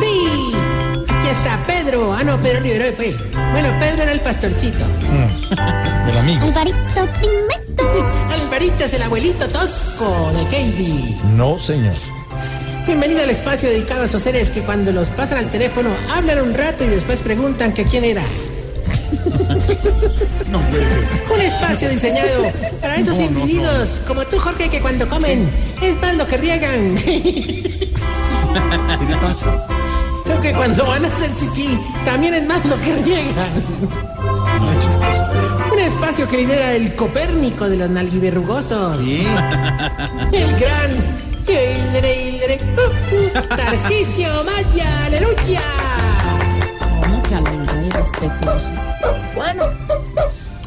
Sí, aquí está Pedro. Ah, no, Pedro Rivero fue. Bueno, Pedro era el pastorcito. del amigo. Alvarito Primeto. Alvarito es el abuelito tosco de Katie. No, señor. Bienvenido al espacio dedicado a esos seres que cuando los pasan al teléfono hablan un rato y después preguntan que quién era. Un espacio diseñado para esos individuos como tú, Jorge, que cuando comen es más lo que riegan. ¿Qué le pasa? Lo que cuando van a hacer chichi también es más lo que riegan. No es chistoso. Un espacio que lidera el Copérnico de los nalguiberrugosos. Sí. El gran. el re- el re- uh, uh, Tarcisio Maya, aleluya. Bueno,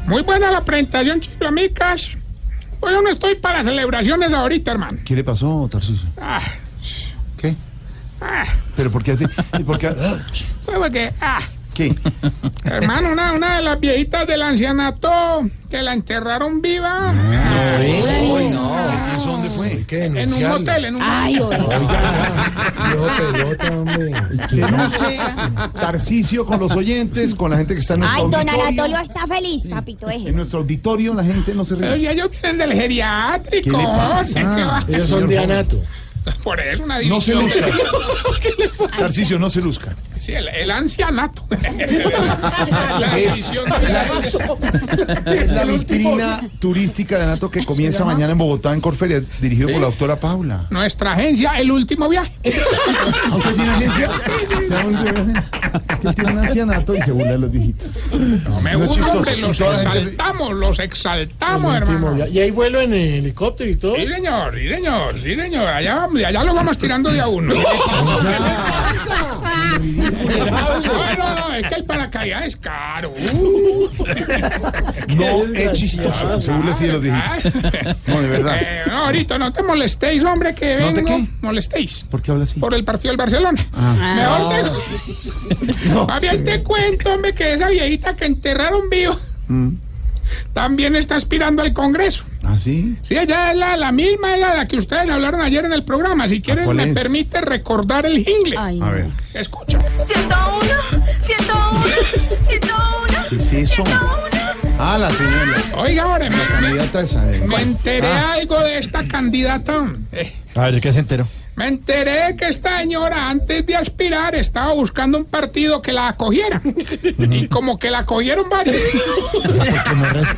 muy buena la presentación, chiflamicas. Hoy no estoy para celebraciones ahorita, hermano. ¿Qué le pasó, Tarcisio? Ah, ¿Qué? ah, ¿Pero por qué hace? y por qué- ah, fue porque, ah, ¿Qué? hermano, una, una de las viejitas del ancianato que la enterraron viva Ah, Ah, Ay, no. ¿Eso dónde fue? ¿Qué? en un motel, en un Ay, oiga. Ah. Se luce Tarcisio con los oyentes, con la gente que está en nuestro Ay, don auditorio. Anatolio está feliz, papito En eje. nuestro auditorio la gente no se Pero ríe. ya ellos vienen del geriátrico. ¿Qué le pasa? Ah, ¿qué va? Ellos son de anato. Por eso una No se división. luzca. Tarcisio, no se luzca. Sí, el, el ancianato. la división de La vitrina turística de Anato que comienza mañana en Bogotá, en Corferia, dirigido por la doctora Paula. Nuestra agencia, el último viaje. ¿A ¿Usted tiene agencia? ¿Sabe dónde es? Que tiene un ancianato y se burla de los viejitos. No me No, gusta, chistoso. hombre, los Toda la gente- exaltamos, los exaltamos, hermano. Y hay vuelo en helicóptero y todo. Sí, señor, sí, señor, sí, señor. Allá, vamos, de allá lo vamos tirando de a uno. No, no, no, es que el paracaídas es caro. Uh, No es chistoso. Se burla así de los Ah, ¿verdad? viejitos. No, de verdad. Eh, no, ahorita no te molestéis, hombre, que ¿No te vengo. qué? Molestéis. ¿Por Ah. qué habla así? Por el partido del Barcelona. Ah. Mejor te. Más bien te cuento, hombre, que esa viejita que enterraron vivo Mm. también está aspirando al Congreso. ¿Así? Sí, ella es la, la misma, era la que ustedes hablaron ayer en el programa. Ah, Si quieren, ¿Cuál me es? permite recordar el jingle. A ver. Escucha. 101, 101, 101. ¿Qué es eso? Ah, la señora. Oiga, ahora, me, La candidata esa. eh. me enteré Ah. algo de esta candidata. Eh, A ver, ¿qué se enteró? me enteré que esta señora, antes de aspirar, estaba buscando un partido que la acogiera. y como que la acogieron varios. Oiga, no, es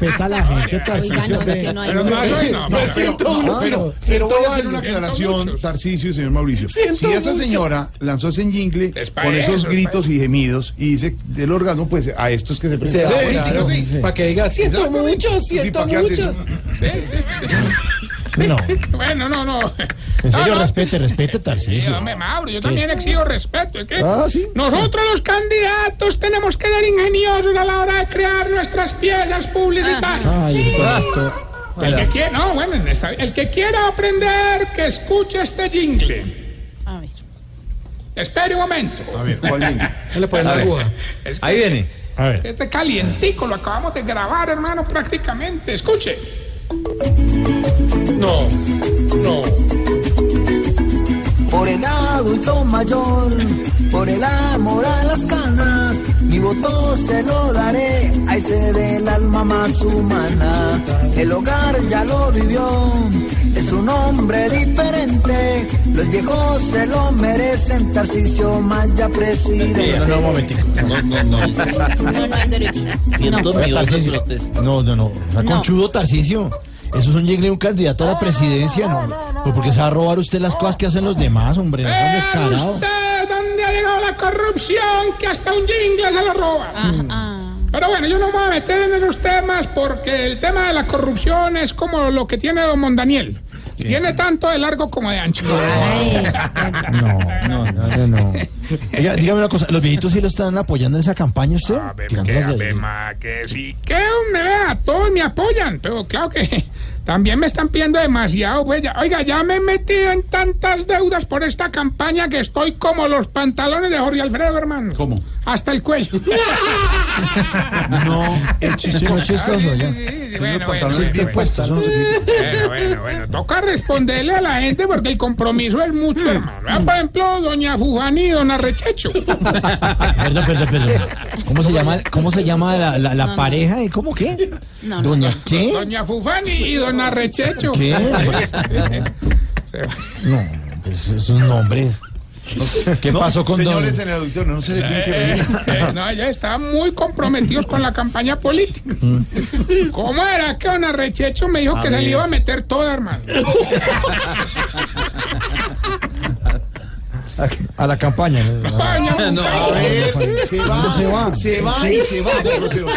que no hay. Pero no, no, no, No, pero- Ah, pero, pero, pero voy a hacer una Siento aclaración, muchos. Tarcicio y señor Mauricio. Si esa señora lanzó ese jingle Es para con esos eso, es gritos y gemidos y dice del órgano, pues a estos que se presentan. políticos, sí. Para que diga, siento Exactamente. mucho, Sí, siento ¿para qué haces? mucho. No, Bueno, no, no. en serio, No, no, respete, respete, Sí, Tarcisio. hombre, Mauro, yo también exijo respeto. ¿es que Ah, sí. Nosotros los candidatos tenemos que ser ingeniosos a la hora de crear nuestras piezas publicitarias. Ay, doctor. El que quiera, no, bueno, está bien. el que quiera aprender, que escuche este jingle. A ver. Espere un momento. A ver, ¿cuál jingle? Es que Ahí viene. A ver, este calientico lo acabamos de grabar, hermano, prácticamente. Escuche. No, no. Por el adulto mayor, por el amor a las canas, mi voto se lo daré a ese del alma más humana. El hogar ya lo vivió, es un hombre diferente, los viejos se lo merecen, Tarcisio Maya presidente. no, no, un momentico. No, no, no. No, no hay derecho. Siento mi voz en protesta. No, no, no. Está No. conchudo, Tarcisio. Eso es un jingle de un candidato a la presidencia, ¿no? Pues porque se va a robar usted las cosas que hacen los demás, hombre. No, Vean descarado. ustedes corrupción que hasta un jingle se lo roba. Mm. Ah, Pero bueno, yo no me voy a meter en esos temas porque el tema de la corrupción es como lo que tiene don Mondaniel. Tiene tanto de largo como de ancho. ay, No, no, no, no. no. Oiga, dígame una cosa, ¿los viejitos sí lo están apoyando en esa campaña usted? A ver, que, Tirándolas a de- ver, ma, que sí, que me vea, todos me apoyan, pero claro que también me están pidiendo demasiado, pues, ya- oiga, ya me he metido en tantas deudas por esta campaña que estoy como los pantalones de Jorge Alfredo, hermano. ¿Cómo? Hasta el cuello. No, es No es chistoso, ya. Bueno, bueno, pantalones bueno, bien bueno. puestos. eso no se quita. Bueno, bueno, bueno. Toca responderle a la gente porque el compromiso es mucho, hermano. Vea, Por ejemplo, doña Fufani y don Arrechecho. Ah, Perdón, perdón, perdón. ¿Cómo se llama, cómo se llama la, la, la pareja? ¿Y ¿Cómo qué? No, no. Doña, ¿qué? Doña Fufani y don Arrechecho. ¿Qué? No, pues esos nombres. ¿Qué pasó con Don? Señores en el auditorio, no se le tiene que Eh, venir. eh, no, ya estaban muy comprometidos con la campaña política. ¿Cómo era que don Arrechecho me dijo que se le iba a meter toda, hermano? A la campaña. ¿no? Doña Fufani. Se va, se va? Se va y se va, pero se va.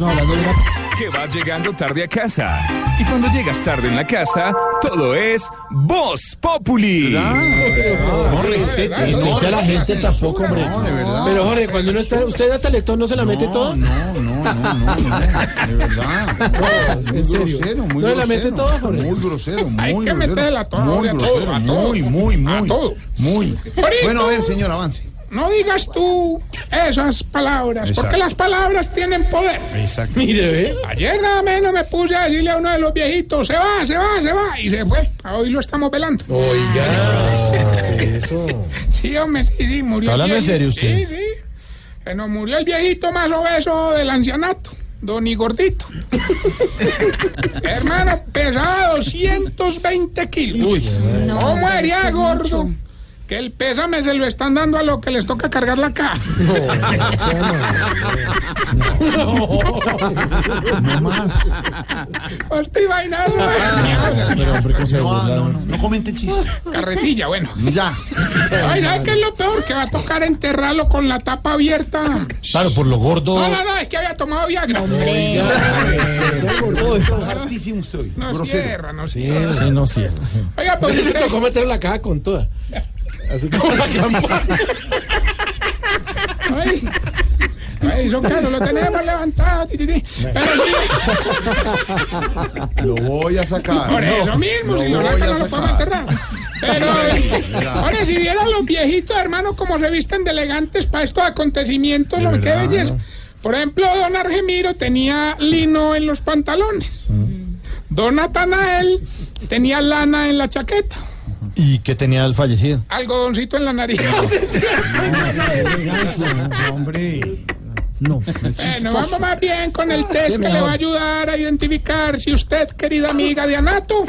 No, hablando de una- que va llegando tarde a casa. Y cuando llegas tarde en la casa, todo es Voz Populi. No respete, No, Respete a la gente tampoco, hombre. No, de verdad. Pero Jorge, cuando uno está, usted da teletón, ¿no se la mete todo? No, no, no, no, no, de verdad. en serio. Grosero, muy ¿No le grosero, la mete toda, Jorge? Muy grosero, muy Hay que grosero. meterla toda, Muy hombre, a todo, grosero, a todo. muy, muy, A muy. todo. Muy. Bueno, a ver, señor, avance. No digas tú esas palabras, porque Exacto. las palabras tienen poder. Exacto. Mire, ¿Eh? ve. Ayer nada menos me puse a decirle a uno de los viejitos, se va, se va, se va, y se fue. Hoy lo estamos velando. Eso. Sí, hombre, sí, sí, murió. ¿Está el hablando en viejito. serio usted? Sí, sí. Se nos murió el viejito más obeso del ancianato, don Igordito. Hermano, pesaba 220 kilos. no. ¿Cómo haría es gordo? Que el pésame se lo están dando a lo que les toca cargar la caja. No más. Estoy vainado. Pero, hombre, ¿cómo se No, no, burlaron? no, no comente chiste. Carretilla, bueno. Ya. Ay, ¿sabes qué es lo peor? Que va a tocar enterrarlo con la tapa abierta. Claro, por lo gordo. No, no, no, es que había tomado Viagra. Hombre. Hartísimo usted hoy. No Grosero. cierra, no Sí, cierra. sí, no cierra. sí. Oiga, pero Se usted- tocó meter la caja con toda. Así como la campaña. Ay, ay, son caros, lo tenemos levantado. ti, ti, ti. Pero sí, Lo voy a sacar. por eso mismo, si lo voy sacan a no lo podemos sacar. enterrar. Pero, ahora, si vieran los viejitos, hermano, como se visten de elegantes para estos acontecimientos, hombre, qué belleza. Por ejemplo, don Argemiro tenía lino en los pantalones. Mm. Don Natanael tenía lana en la chaqueta. ¿Y qué tenía el fallecido? Algodoncito en la nariz. No. Bueno, vamos más bien con el test que le va a ayudar a identificar si usted, querida amiga de Anato,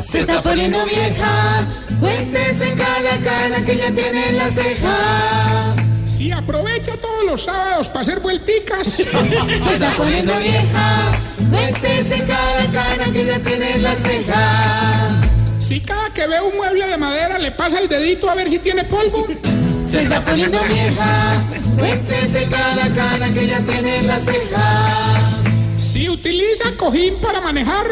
Se está poniendo vieja. Cuéntese cada cana que ya tiene en las cejas. si aprovecha todos los sábados para hacer vuelticas, Se está poniendo vieja. Cuéntese cada cana que ya tiene en las cejas. si cada que ve un mueble de madera le pasa el dedito a ver si tiene polvo, Se está poniendo vieja. Cuéntese cada cana que ya tiene en las cejas. si utiliza cojín para manejar,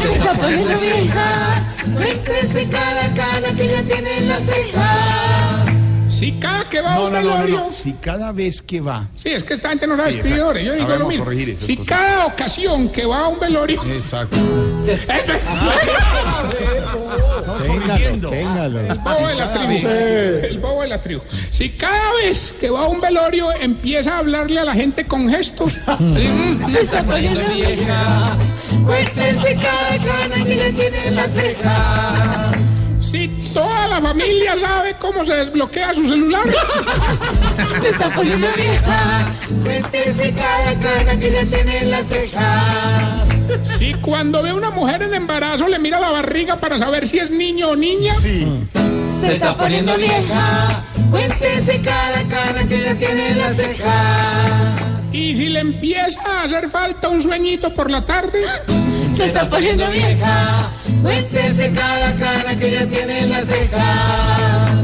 Se está poniendo vieja. Cuéntese cada cana que ya tiene en las cejas. si cada que va a No, un no, no, no, velorio... no. Si cada vez que va. Sí, es que esta gente no sabe Sí, escribir, exacto. yo Ahora digo lo vamos a mismo. corregir esas Si cosas. cada ocasión que va a un velorio... Exacto. Téngalo, téngalo. bobo de la tribu. El bobo de la tribu. Si cada vez que va a un velorio empieza a hablarle a la gente con gestos. Se está poniendo vieja. Cuéntese cada cana que ya tiene en las cejas. si toda la familia sabe cómo se desbloquea su celular. Se está poniendo vieja. Cuéntese cada cana que ya tiene en las cejas. si cuando ve una mujer en embarazo le mira la barriga para saber si es niño o niña. Se está poniendo vieja. Cuéntese cada cana que ya tiene en las cejas. Y si le empieza a hacer falta un sueñito por la tarde. Se está poniendo vieja. Cuéntese cada cana que ya tiene en las cejas.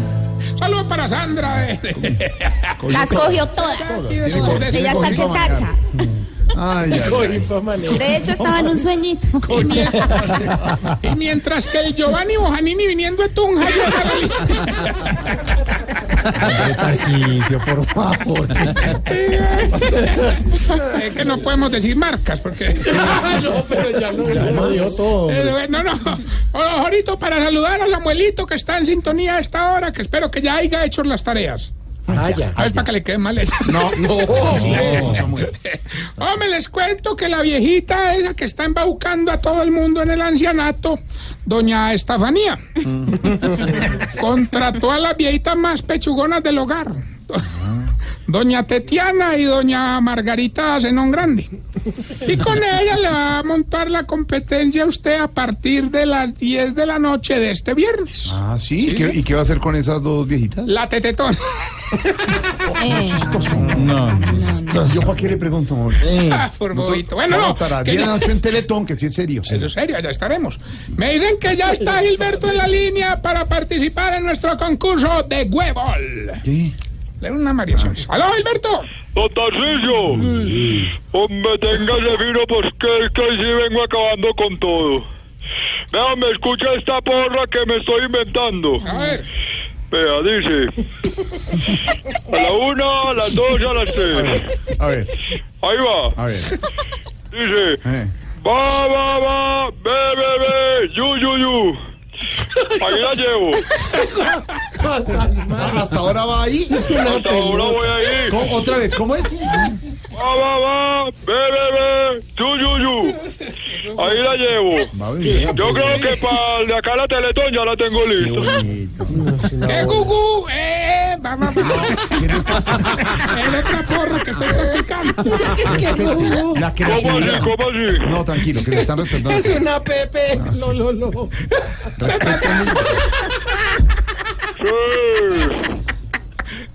saludo para Sandra. de- de- Las cogió todas. y de su- de su- Ella está que cacha. Ay, ay, ay. De hecho, estaba en un sueñito. Y mientras que el Giovanni Bojanini viniendo de Tunja. yo acá la lista. Tarcicio, por favor. Es que no podemos decir marcas porque. No, pero ya no. Eh, No, no. Oh, Jorito, para saludar a Samuelito que está en sintonía a esta hora, que espero que ya haya hecho las tareas. Ah, A ver, para que le quede mal esa. No, no. Hombre, les cuento que la viejita es la que está embaucando a todo el mundo en el ancianato, doña Estefanía. Contrató a las viejitas más pechugonas del hogar. Ah. Doña Tetiana y doña Margarita Zenón Grande. Y con ella le va a montar la competencia a usted a partir de las 10 de la noche de este viernes. Ah, sí. ¿Y qué, y qué va a hacer con esas dos viejitas? La tetetona. Eh, No, pues, ¿Yo para qué le pregunto, amor? Ah, por bobito. Bueno, Vamos a no. estar a que 10 de ya- la noche en Teletón, que sí es serio. Eso es serio, ya estaremos. Me dicen que ya está Gilberto en la línea para participar en nuestro concurso de huevol. Sí. Le doy una Ah, variación. ¡Aló, Gilberto! Don Tarcillo, hombre, téngase fino, pues que es que sí vengo acabando con todo. Vea, me escucha esta porra que me estoy inventando. A ver. Vea, dice. A la una, a las dos y a las tres. A ver, Ahí va. a ver. Dice. eh. Va, va, va, ve, ve, ve, yu, yu, yu. Ahí la llevo. Hasta ahora va ahí. Hasta ahora voy ahí. ¿Cómo? ¿Otra vez? ¿Cómo es? Va, va, va, ve, ve, ve, yu, yu, yu. Ahí la llevo. Yo creo que para el de acá la Teletón ya la tengo lista. ¡Qué gugu! ¡Eh! ¡Va, va, va! Es otra porra que estoy practicando. La que ¿Cómo así? ¿Cómo así? No, tranquilo, que le están respetando. Es una Pepe. Lo, lo, lo. Sí.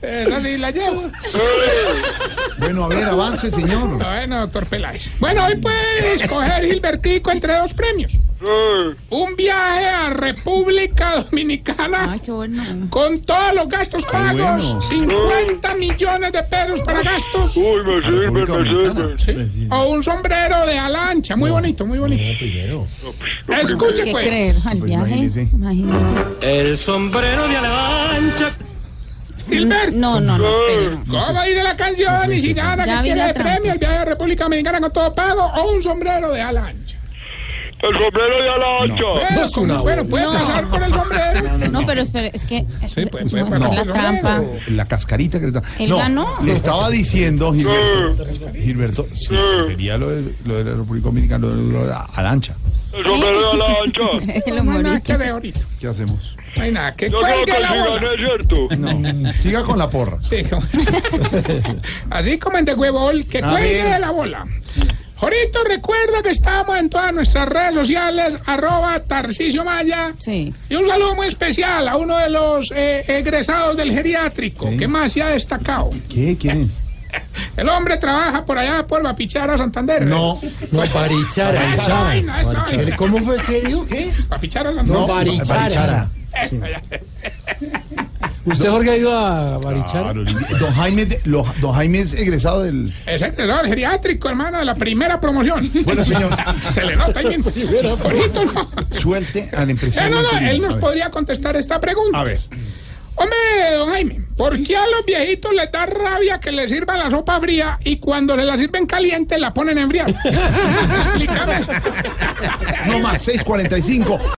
Esa sí Eh, la llevo. Bueno, a ver, avance, señor. Bueno, doctor Peláez. Bueno, hoy puedes escoger Gilbertico entre dos premios. Sí. Un viaje a República Dominicana. Ay, qué bueno. Con todos los gastos bueno. pagos, 50 millones de pesos para gastos. Uy, me sirve, República me sirve. Dominicana. O un sombrero de alancha, muy bonito, muy bonito. Escuche, ¿Qué pues. creer? Al Pues viaje. imagínese. Imagínese. El sombrero de alabancha. Gilberto, No, no, no. Eh, espere, no. ¿cómo iré la canción? Y si gana, Ya que vi tiene la de trampa. premio el viaje a República Dominicana con todo pago o un sombrero de alancha. El sombrero ya la ancha. Pero, como- bueno, puede No. pasar por el sombrero. No, pero espere, es que. Sí, pues, no, puede es pasar que por la el trampa. sombrero. La cascarita que le está. Él ganó. Le estaba diciendo, Gilberto. Gilberto, sí, quería lo de, lo de la República Dominicana, lo de, lo de Alancha. El sombrero ya la El ancha. No hay nada humorista. que ver ahorita. ¿Qué hacemos? No hay nada que Yo creo que cuelgue Pues sí la bola. gané, ¿cierto? No. Siga con la porra. Sí, como- Así como en de huevol, que A cuelgue ver. de la bola. Jorito, recuerda que estamos en todas nuestras redes sociales, arroba Tarcisio Maya. Sí. Y un saludo muy especial a uno de los eh, egresados del geriátrico, Sí. que más se ha destacado. ¿Qué? ¿Quién es? El hombre trabaja por allá por Papichara, Santander. No. No, Barichara. Esa vaina, esa vaina. ¿Cómo fue que dijo? ¿Qué? Papichara, No, Santander. Barichara. ¿Usted, Jorge, ha ido a Barichara? Claro, don, Jaime, de- lo- don Jaime es egresado del. Es egresado del geriátrico, hermano, de la primera promoción. Bueno, señor. Se le nota bien. Jorito, no. Suelte al Eh, empresario. no, no, del él turismo. nos A ver. podría contestar esta pregunta. A ver. Hombre, don Jaime, ¿por qué a los viejitos les da rabia que les sirva la sopa fría y cuando se la sirven caliente la ponen a enfriar? Explícame. No más, 645.